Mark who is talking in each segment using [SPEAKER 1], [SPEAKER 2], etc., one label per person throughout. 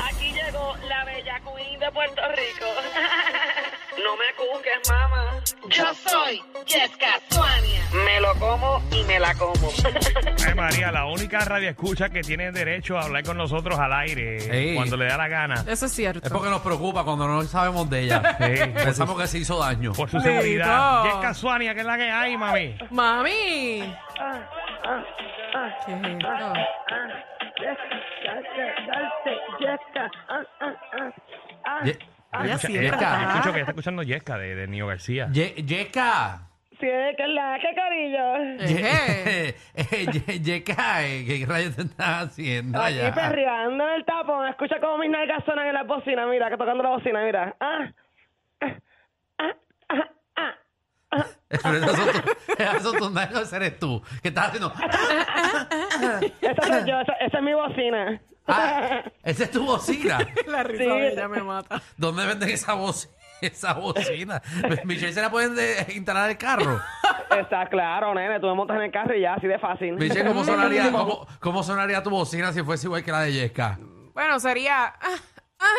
[SPEAKER 1] Aquí llegó la bella queen de Puerto Rico. No me juzgues, mamá. Yo soy Jessica Suania. Me lo como y me la como.
[SPEAKER 2] Ay, María, la única radio escucha que tiene derecho a hablar con nosotros al aire
[SPEAKER 3] Sí.
[SPEAKER 2] cuando le da la gana.
[SPEAKER 4] Eso es cierto.
[SPEAKER 3] Es porque nos preocupa cuando no sabemos de ella.
[SPEAKER 2] Sí, por, su,
[SPEAKER 3] Pensamos que se hizo daño.
[SPEAKER 2] por su
[SPEAKER 4] Lito.
[SPEAKER 2] seguridad. Jessica Suania, que es la que hay, mami.
[SPEAKER 4] pues, ¡Mami! ¿Qué es esto?
[SPEAKER 3] Ye-
[SPEAKER 4] Ella
[SPEAKER 2] Escucha-
[SPEAKER 4] siempre
[SPEAKER 2] Yesca,
[SPEAKER 4] está.
[SPEAKER 2] escucho que está escuchando Yesca de, de Nio García.
[SPEAKER 3] Ye- Yeka.
[SPEAKER 5] Sí, es que la que cariño.
[SPEAKER 4] Ejé.
[SPEAKER 3] Eh, Ye- Yeka, eh, ¿qué rayos te estás haciendo
[SPEAKER 5] Aquí
[SPEAKER 3] allá?
[SPEAKER 5] perreando en el tapón. Escucha cómo mis nalgas sonan en la bocina. Mira, que tocando la bocina, mira. Ah,
[SPEAKER 3] Pero esos son tus- esos son tus nalgas, eres tú. ¿Qué estás haciendo? ¡Ah!
[SPEAKER 5] esa soy yo, esa, esa es mi bocina.
[SPEAKER 3] Ah, esa es tu bocina.
[SPEAKER 4] La risa
[SPEAKER 5] Sí.
[SPEAKER 4] de ella me mata.
[SPEAKER 3] ¿Dónde venden esa bocina? Esa bocina. Michelle se la pueden de- instalar al carro.
[SPEAKER 5] Está claro, nene. Tú me montas en el carro y ya, así de fácil.
[SPEAKER 3] Michelle, ¿cómo sonaría, cómo, cómo sonaría tu bocina si fuese igual que la de Yesca?
[SPEAKER 4] Bueno, sería. ah, ah.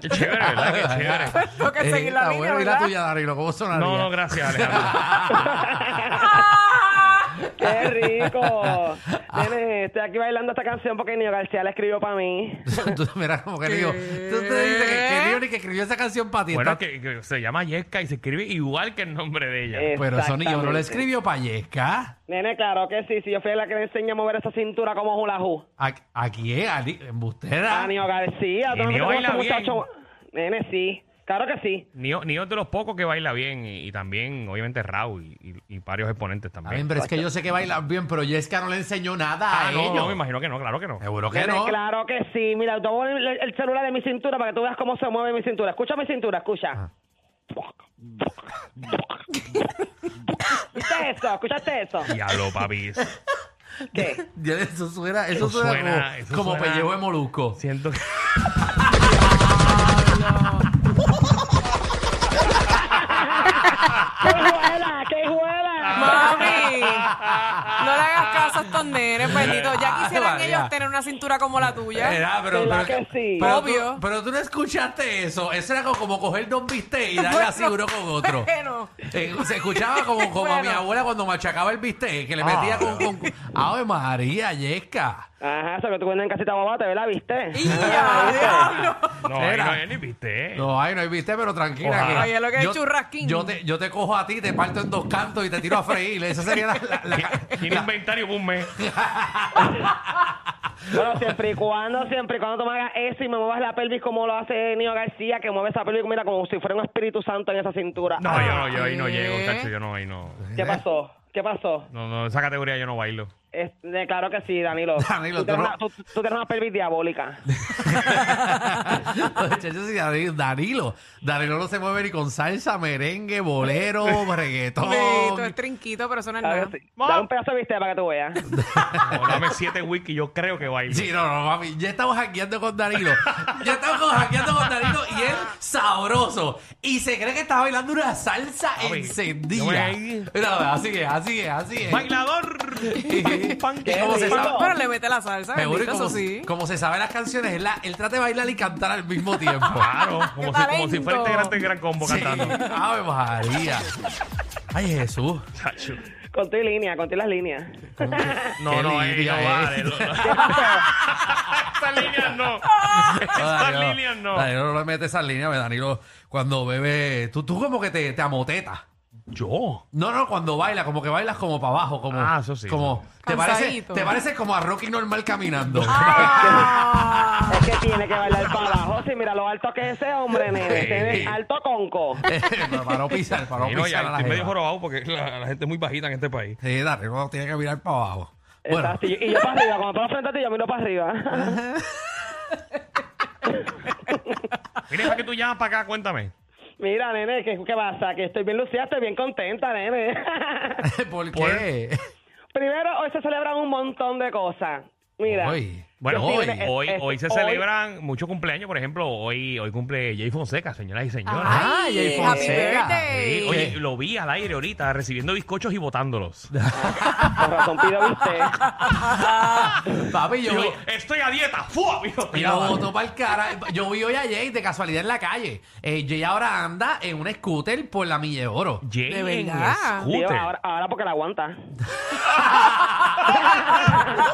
[SPEAKER 2] Qué chévere, ¿verdad? Qué chévere.
[SPEAKER 4] pues, Tengo que
[SPEAKER 3] Eh,
[SPEAKER 4] seguir la
[SPEAKER 3] está
[SPEAKER 4] línea,
[SPEAKER 3] bueno. ¿Y la
[SPEAKER 4] ¿verdad?
[SPEAKER 3] tuya, Darilo? ¿Cómo sonaría?
[SPEAKER 2] No, no, gracias, Alejandro.
[SPEAKER 4] ¡Ah!
[SPEAKER 5] Qué rico. Nene, estoy aquí bailando esta canción porque Nio García la escribió para mí.
[SPEAKER 3] Tú- Mira, como que le digo, tú te
[SPEAKER 4] ¿Qué?
[SPEAKER 3] dices que escribió ni que escribió esa canción para ti.
[SPEAKER 2] bueno,
[SPEAKER 3] está-
[SPEAKER 2] que, que se llama Yesca y se escribe igual que el nombre de ella.
[SPEAKER 5] Eh.
[SPEAKER 3] Pero Sony, yo no
[SPEAKER 5] Exactamente.
[SPEAKER 3] le escribió para Yesca.
[SPEAKER 5] Nene, claro que sí. Si yo fui la que le enseñé a mover esa cintura como hula hoop.
[SPEAKER 3] Aquí es? ¿A Ni- ¿Embustera?
[SPEAKER 5] A Nio Ah, García.
[SPEAKER 2] Y
[SPEAKER 5] tú no
[SPEAKER 2] Nio
[SPEAKER 5] te conoces,
[SPEAKER 2] baila bien.
[SPEAKER 5] muchacho. Nene, sí. Claro que sí.
[SPEAKER 2] Nio, Nio es de los pocos que baila bien y, y también, obviamente, Raúl y, y- y varios exponentes
[SPEAKER 3] A ver,
[SPEAKER 2] también.
[SPEAKER 3] pero es que yo sé que bailan bien, pero Yesca no le enseñó nada a
[SPEAKER 2] Ah, no,
[SPEAKER 3] ellos.
[SPEAKER 2] no, me imagino que no, claro que no.
[SPEAKER 3] Seguro que
[SPEAKER 5] Nene,
[SPEAKER 3] no.
[SPEAKER 5] Claro que sí. Mira, tomo el, el celular de mi cintura para que tú veas cómo se mueve mi cintura. Escucha mi cintura, escucha.
[SPEAKER 2] Ah.
[SPEAKER 5] ¿Viste eso? ¿Escuchaste eso?
[SPEAKER 2] Diablo, papi.
[SPEAKER 5] ¿Qué?
[SPEAKER 3] Ya, Eso suena, eso
[SPEAKER 2] Eso
[SPEAKER 3] suena,
[SPEAKER 2] suena-
[SPEAKER 3] como,
[SPEAKER 2] eso
[SPEAKER 3] como
[SPEAKER 2] suena-
[SPEAKER 3] pellejo de molusco.
[SPEAKER 2] Siento que...
[SPEAKER 5] ¡Qué juela! ¡Qué juela!
[SPEAKER 4] ¡Mami! No le hagas caso a estos nenes, bendito. Ya
[SPEAKER 3] Ah,
[SPEAKER 4] quisieran
[SPEAKER 3] María.
[SPEAKER 4] ellos tener una cintura como la tuya.
[SPEAKER 3] Era, Eh, ah, pero,
[SPEAKER 5] ¿Verdad
[SPEAKER 3] pero-
[SPEAKER 5] que sí?
[SPEAKER 3] pero
[SPEAKER 4] Obvio.
[SPEAKER 3] Tú, pero tú no escuchaste eso. Eso era como, como coger dos bistecs y darle
[SPEAKER 4] Bueno,
[SPEAKER 3] así uno con otro.
[SPEAKER 4] bueno.
[SPEAKER 3] Eh, se escuchaba como, como a mi
[SPEAKER 4] Bueno.
[SPEAKER 3] abuela cuando machacaba el bistec, que le
[SPEAKER 2] Ah.
[SPEAKER 3] metía con, con, con- ¡Ave María, Yesca!
[SPEAKER 5] Ajá, eso que tú cuentas en casita bobate, ¿verdad? ¿Viste?
[SPEAKER 4] ¡Y ya, diablo!
[SPEAKER 2] No, ahí
[SPEAKER 3] Era.
[SPEAKER 2] no es ni viste, eh.
[SPEAKER 3] No, ay, no hay viste, pero tranquila.
[SPEAKER 2] Ojalá.
[SPEAKER 4] Oye, lo que es churrasquín.
[SPEAKER 3] Yo te, yo te cojo a ti, te parto en dos cantos y te tiro a freír. Esa sería la. la- la-
[SPEAKER 2] Tiene inventario por un mes.
[SPEAKER 5] Bueno, siempre y cuando, siempre y cuando tú me hagas eso y me muevas la pelvis como lo hace Nio García, que mueve esa pelvis, mira, como si fuera un espíritu santo en esa cintura.
[SPEAKER 2] No, ¿Eh? yo no, yo ahí no
[SPEAKER 4] ¿qué?
[SPEAKER 2] llego, tacho, yo no, ahí no.
[SPEAKER 5] ¿Qué pasó? ¿Qué pasó?
[SPEAKER 2] No, no, esa categoría yo no bailo.
[SPEAKER 5] Es- eh, claro que sí, Danilo.
[SPEAKER 3] Danilo, tú
[SPEAKER 5] tú, tienes
[SPEAKER 3] no-
[SPEAKER 5] una, tú- tú tienes una pelvis diabólica.
[SPEAKER 3] Muchachos, sí, Danilo- Danilo. Danilo no se mueve ni con salsa, merengue, bolero, reggaetón.
[SPEAKER 4] Bendito, es trinquito, pero eso no es
[SPEAKER 5] Claro
[SPEAKER 4] nada.
[SPEAKER 5] que sí. Dale un pedazo de bistec para que tú veas.
[SPEAKER 2] No, dame siete wiki, yo creo que bailo.
[SPEAKER 3] Sí, no, no, mami. Ya estamos hackeando con Danilo. Ya estamos hackeando con Danilo y él sabroso. Y se cree que está bailando una salsa
[SPEAKER 2] Mami, yo voy
[SPEAKER 3] encendida.
[SPEAKER 2] ahí.
[SPEAKER 3] No, así es, así es, así es.
[SPEAKER 2] ¡Bailador!
[SPEAKER 3] ¿Y cómo se
[SPEAKER 5] rico.
[SPEAKER 3] sabe?
[SPEAKER 4] Pero le mete la salsa,
[SPEAKER 3] Seguro, y
[SPEAKER 4] bendito,
[SPEAKER 3] como,
[SPEAKER 4] eso sí.
[SPEAKER 3] como se sabe las canciones, él, la- él trata de bailar y cantar al mismo tiempo.
[SPEAKER 2] Claro, como si, como si fuera
[SPEAKER 4] talento.
[SPEAKER 2] integrante del gran combo
[SPEAKER 3] Sí.
[SPEAKER 2] Ah, cantando.
[SPEAKER 3] Ave María. Ay, Jesús.
[SPEAKER 2] Chacho.
[SPEAKER 5] Conté línea, conté las líneas.
[SPEAKER 2] No,
[SPEAKER 3] Qué
[SPEAKER 2] no, ahí no
[SPEAKER 3] lidia, eh.
[SPEAKER 2] vale. no, no. Estas líneas no. Estas
[SPEAKER 3] Danilo-
[SPEAKER 2] líneas no.
[SPEAKER 3] Danilo no le mete esas líneas, ¿verdad? Danilo, cuando bebe, tú, tú como que te, te amotetas.
[SPEAKER 2] ¿Yo?
[SPEAKER 3] No, no, cuando baila, como que bailas como para abajo, como.
[SPEAKER 2] Ah, eso sí.
[SPEAKER 3] Como, te parece,
[SPEAKER 4] Cansadito.
[SPEAKER 3] te parece como a Rocky normal caminando.
[SPEAKER 4] Ah.
[SPEAKER 5] Es que tiene que bailar para abajo. Sí, mira lo alto que es ese hombre, nene. Ese es alto conco.
[SPEAKER 3] para no pisar, para no
[SPEAKER 2] Sí, no, ya
[SPEAKER 3] pisar a la
[SPEAKER 2] estoy medio
[SPEAKER 3] jeva.
[SPEAKER 2] jorobado porque la, la gente es muy bajita en este país.
[SPEAKER 3] Sí, Danilo tiene que mirar para abajo. Bueno,
[SPEAKER 5] Exacto. Y y yo para arriba, cuando tú lo frente a ti, yo miro para arriba.
[SPEAKER 2] Mira, ¿para qué tú llamas para acá? Cuéntame.
[SPEAKER 5] Mira, nene, ¿qué, qué pasa? Que estoy bien lucida, estoy bien contenta, nene.
[SPEAKER 3] ¿Por
[SPEAKER 2] Por-
[SPEAKER 3] qué?
[SPEAKER 5] Primero, hoy se celebran un montón de cosas. Mira.
[SPEAKER 3] Hoy.
[SPEAKER 2] Bueno,
[SPEAKER 5] Los
[SPEAKER 2] hoy,
[SPEAKER 5] Tigres,
[SPEAKER 2] hoy,
[SPEAKER 5] eh,
[SPEAKER 2] hoy se
[SPEAKER 5] hoy-
[SPEAKER 2] celebran muchos cumpleaños. Por ejemplo, hoy, hoy cumple Jay Fonseca, señoras y señores.
[SPEAKER 4] Ay,
[SPEAKER 3] Ah, Jay
[SPEAKER 4] happy
[SPEAKER 3] Fonseca.
[SPEAKER 4] birthday.
[SPEAKER 2] Sí, oye, lo vi al aire ahorita recibiendo bizcochos y botándolos.
[SPEAKER 5] Con razón pido bistec.
[SPEAKER 3] Papi, yo,
[SPEAKER 2] Digo,
[SPEAKER 3] voy-
[SPEAKER 2] estoy a dieta. ¡Fua! Digo,
[SPEAKER 3] yo
[SPEAKER 2] ya va.
[SPEAKER 3] voto para el cara. Yo vi hoy a Jay de casualidad en la calle. Eh, Jay ahora anda en un scooter por la milla de oro.
[SPEAKER 2] Jay
[SPEAKER 4] De
[SPEAKER 2] en
[SPEAKER 4] verdad.
[SPEAKER 5] Digo,
[SPEAKER 2] scooter.
[SPEAKER 5] ahora, ahora porque la aguanta.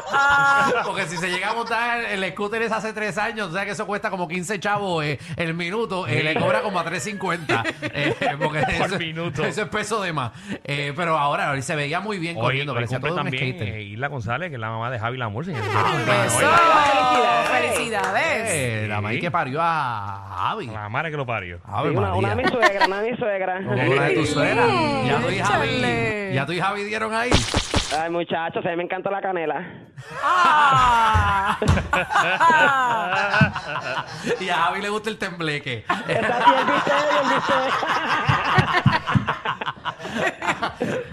[SPEAKER 3] Porque si se llega a montar el, el scooter es hace tres años, o sea que eso cuesta como 15 chavos eh, el minuto, eh,
[SPEAKER 2] Sí.
[SPEAKER 3] le cobra como a 3.50. eh, porque
[SPEAKER 2] Por
[SPEAKER 3] eso,
[SPEAKER 2] minuto.
[SPEAKER 3] Eso es peso de más. Eh, pero ahora hoy se veía muy bien
[SPEAKER 2] Hoy,
[SPEAKER 3] corriendo,
[SPEAKER 2] hoy
[SPEAKER 3] parecía
[SPEAKER 2] cumple
[SPEAKER 3] todo un
[SPEAKER 2] también
[SPEAKER 3] skater.
[SPEAKER 2] eh, Isla González, que es la mamá de Javi Lamour, señor.
[SPEAKER 4] Eso. Felicidades.
[SPEAKER 3] Eh,
[SPEAKER 2] Sí.
[SPEAKER 3] La
[SPEAKER 2] Ah,
[SPEAKER 3] madre que parió a Javi.
[SPEAKER 2] La madre que lo parió.
[SPEAKER 3] Ave
[SPEAKER 5] Sí, una, una de
[SPEAKER 3] María.
[SPEAKER 5] mi suegra, una de mi suegra.
[SPEAKER 3] Como la de tu suegra.
[SPEAKER 4] Mm,
[SPEAKER 3] Ya tú y Javi.
[SPEAKER 4] échale.
[SPEAKER 3] Ya tú y Javi dieron ahí.
[SPEAKER 5] Ay, muchachos, a mí me encanta la canela.
[SPEAKER 4] Ah.
[SPEAKER 3] Y a Javi le gusta el tembleque.
[SPEAKER 5] Está así el bistec y el bistec.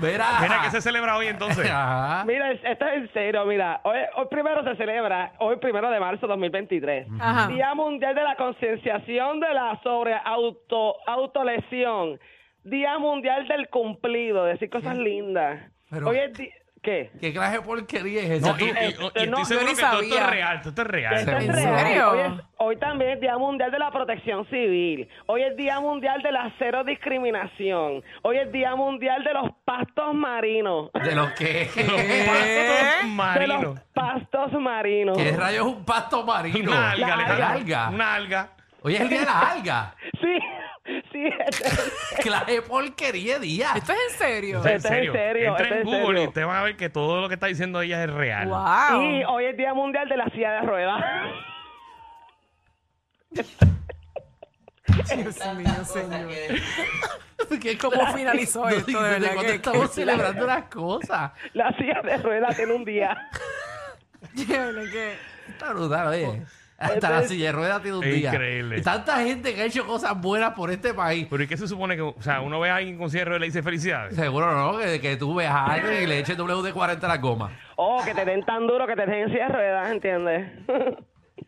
[SPEAKER 3] Verá.
[SPEAKER 2] Mira que se celebra hoy entonces.
[SPEAKER 3] Ajá.
[SPEAKER 5] Mira, es- esto es en serio, mira. Hoy, hoy primero se celebra, hoy primero de marzo 2023,
[SPEAKER 4] Ajá.
[SPEAKER 5] Día Mundial de la Concienciación de la Sobre auto, Autolesión, Día Mundial del Cumplido, decir cosas lindas.
[SPEAKER 3] Pero-
[SPEAKER 5] hoy es di- ¿qué?
[SPEAKER 3] ¿Qué clase de porquería es esa?
[SPEAKER 2] No, y, y- y- y
[SPEAKER 5] Este, no,
[SPEAKER 2] estoy seguro
[SPEAKER 4] yo ni
[SPEAKER 2] que todo esto es
[SPEAKER 4] sabía.
[SPEAKER 2] real, todo esto es real.
[SPEAKER 5] Esto es
[SPEAKER 4] ¿En
[SPEAKER 5] real.
[SPEAKER 4] serio?
[SPEAKER 5] Hoy, es- hoy también es Día Mundial de la Protección Civil. Hoy es Día Mundial de la Cero Discriminación. Hoy es Día Mundial de los Pastos Marinos.
[SPEAKER 3] ¿De lo que es?
[SPEAKER 2] Pastos
[SPEAKER 5] De los
[SPEAKER 2] marinos.
[SPEAKER 5] pastos marinos.
[SPEAKER 3] ¿Qué rayos es un pasto marino?
[SPEAKER 2] Una alga,
[SPEAKER 5] La
[SPEAKER 2] Alejandro.
[SPEAKER 3] alga.
[SPEAKER 2] Una alga.
[SPEAKER 3] Hoy es el día de las algas.
[SPEAKER 5] Sí, sí. este-
[SPEAKER 3] Clase de porquería de día.
[SPEAKER 4] ¿Esto Este es en serio?
[SPEAKER 2] O sea,
[SPEAKER 5] Esto es en serio,
[SPEAKER 2] Entra
[SPEAKER 5] esto
[SPEAKER 2] en
[SPEAKER 5] es en
[SPEAKER 2] Google
[SPEAKER 5] serio.
[SPEAKER 2] y te van a ver que todo lo que está diciendo ella es real.
[SPEAKER 4] Wow.
[SPEAKER 5] Y hoy es Día Mundial de la Silla de Ruedas.
[SPEAKER 4] Dios mío, señor.
[SPEAKER 3] ¿Qué,
[SPEAKER 4] ¿Cómo finalizó esto? De verdad
[SPEAKER 3] cuando
[SPEAKER 4] que-
[SPEAKER 3] estamos
[SPEAKER 4] que-
[SPEAKER 3] celebrando las cosas.
[SPEAKER 5] La silla de ruedas tiene un día.
[SPEAKER 4] Chévere, que-
[SPEAKER 3] Está brutal, oye. Hasta la silla de ruedas tiene un día.
[SPEAKER 2] Increíble.
[SPEAKER 3] Tanta gente que ha hecho cosas buenas por este país.
[SPEAKER 2] Pero ¿y qué se supone que, o sea, uno ve a alguien con cierre y le dice felicidades?
[SPEAKER 3] Seguro no, que, que tú veas a alguien y le eches WD-40 a la goma.
[SPEAKER 5] Oh, que te den tan duro que te den en silla de ruedas, ¿entiendes?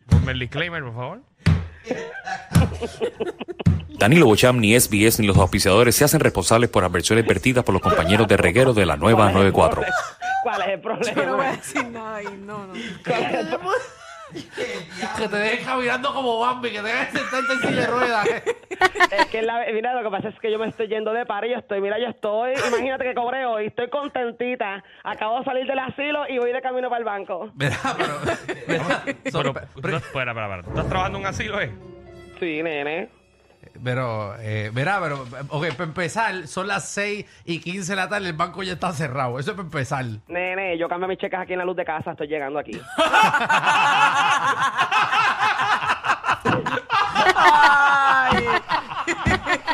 [SPEAKER 2] Ponme el disclaimer, por favor.
[SPEAKER 6] Danilo Bocham, ni SBS, ni los auspiciadores se hacen responsables por adversiones vertidas por los compañeros de reguero de la nueva 94.
[SPEAKER 5] ¿Cuál es el
[SPEAKER 4] Yo no voy a
[SPEAKER 5] problema?
[SPEAKER 4] decir nada ahí. No, no.
[SPEAKER 3] Que te dejes caminando como Bambi, que te dejes sentarte en silla de ruedas.
[SPEAKER 5] Es que la- mira, lo que pasa es que yo me estoy yendo de par y yo estoy, mira, yo estoy, imagínate que cobré hoy, estoy contentita, acabo de salir del asilo y voy de camino para el banco.
[SPEAKER 3] Mira, pero... mira, son-
[SPEAKER 2] Pero, espera,
[SPEAKER 3] pero-
[SPEAKER 2] espera, espera. ¿Tú ¿Estás trabajando en un asilo, eh?
[SPEAKER 5] Sí, nene.
[SPEAKER 3] Pero, eh, verá, pero, ok, para empezar, son las 6 y 15 de la tarde, el banco ya está cerrado. Eso es para empezar.
[SPEAKER 5] Nene, yo cambio mis checas aquí en la luz de casa, estoy llegando aquí.
[SPEAKER 4] Ay.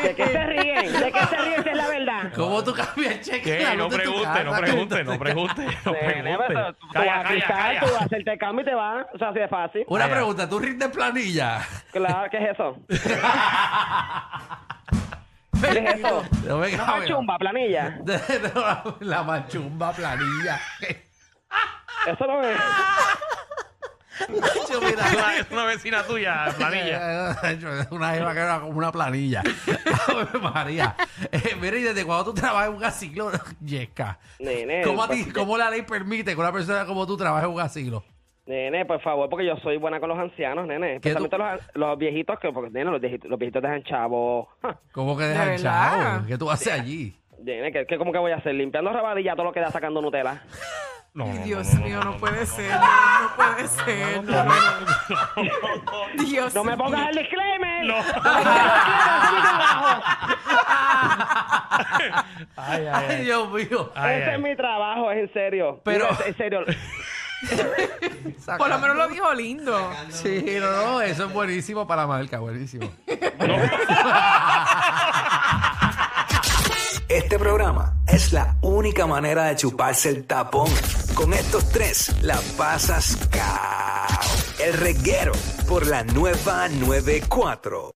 [SPEAKER 5] ¿De qué se ríen? ¿De qué se ríen? Esa es la verdad.
[SPEAKER 3] ¿Cómo tú cambias el cheque? en
[SPEAKER 2] ¿Qué?
[SPEAKER 3] la
[SPEAKER 2] No
[SPEAKER 3] luz de tu
[SPEAKER 2] pregunte,
[SPEAKER 3] casa?
[SPEAKER 2] no pregunte, no pregunte, no
[SPEAKER 5] Nene,
[SPEAKER 2] pregunte.
[SPEAKER 5] pero tú, tú
[SPEAKER 2] Calla,
[SPEAKER 5] vas a
[SPEAKER 2] calla,
[SPEAKER 5] cruzar,
[SPEAKER 2] calla.
[SPEAKER 5] tú vas a hacerte el cambio y te vas, o sea, así de fácil.
[SPEAKER 3] Una
[SPEAKER 2] Vaya.
[SPEAKER 3] pregunta, ¿tú rindes planilla?
[SPEAKER 5] Claro, ¿qué es eso? ¿Qué es eso?
[SPEAKER 3] No me
[SPEAKER 5] Una Ah, chumba, planilla.
[SPEAKER 3] la, la machumba planilla.
[SPEAKER 5] Eso no es.
[SPEAKER 3] Yo, mira,
[SPEAKER 2] Es una- Es una vecina tuya, planilla.
[SPEAKER 3] Una jeva que era como una planilla. Ave María. Eh, mira, y desde cuando tú trabajas en un asilo, Yesca.
[SPEAKER 5] Nene,
[SPEAKER 3] ¿Cómo, a ti-
[SPEAKER 5] pues-
[SPEAKER 3] cómo la ley permite que una persona como tú trabaje en un asilo?
[SPEAKER 5] Nene, por favor, porque yo soy buena con los ancianos, nene.
[SPEAKER 3] ¿Qué
[SPEAKER 5] Especialmente
[SPEAKER 3] tú-
[SPEAKER 5] los, los viejitos, que, porque, nene, los viejitos, los viejitos dejan chavo. Ja,
[SPEAKER 3] ¿Cómo que dejan
[SPEAKER 4] verdad?
[SPEAKER 3] chavo? ¿Qué tú haces allí?
[SPEAKER 5] Nene, ¿qué, qué, ¿cómo que voy a hacer? Limpiando rabadilla todo lo que da sacando Nutella.
[SPEAKER 2] No, no, no,
[SPEAKER 4] Dios
[SPEAKER 2] no, no,
[SPEAKER 4] mío,
[SPEAKER 2] no,
[SPEAKER 4] no
[SPEAKER 2] no,
[SPEAKER 4] puede ser. No, no puede ser. No, no, no. Dios
[SPEAKER 5] ¡No me pongas
[SPEAKER 4] mío.
[SPEAKER 5] el disclaimer!
[SPEAKER 2] No. Ay, ay,
[SPEAKER 3] Ay,
[SPEAKER 2] ay.
[SPEAKER 3] Dios mío.
[SPEAKER 2] Ay,
[SPEAKER 5] Ese
[SPEAKER 2] ay.
[SPEAKER 5] es mi trabajo, es en serio.
[SPEAKER 3] Pero-
[SPEAKER 5] Mira, es en serio.
[SPEAKER 4] Por lo menos lo dijo lindo.
[SPEAKER 3] Sí, no, no, eso es buenísimo para la marca, buenísimo.
[SPEAKER 7] Este programa Es la única manera de chuparse el tapón. Con estos tres la pasas cao. El reguero por la nueva 94.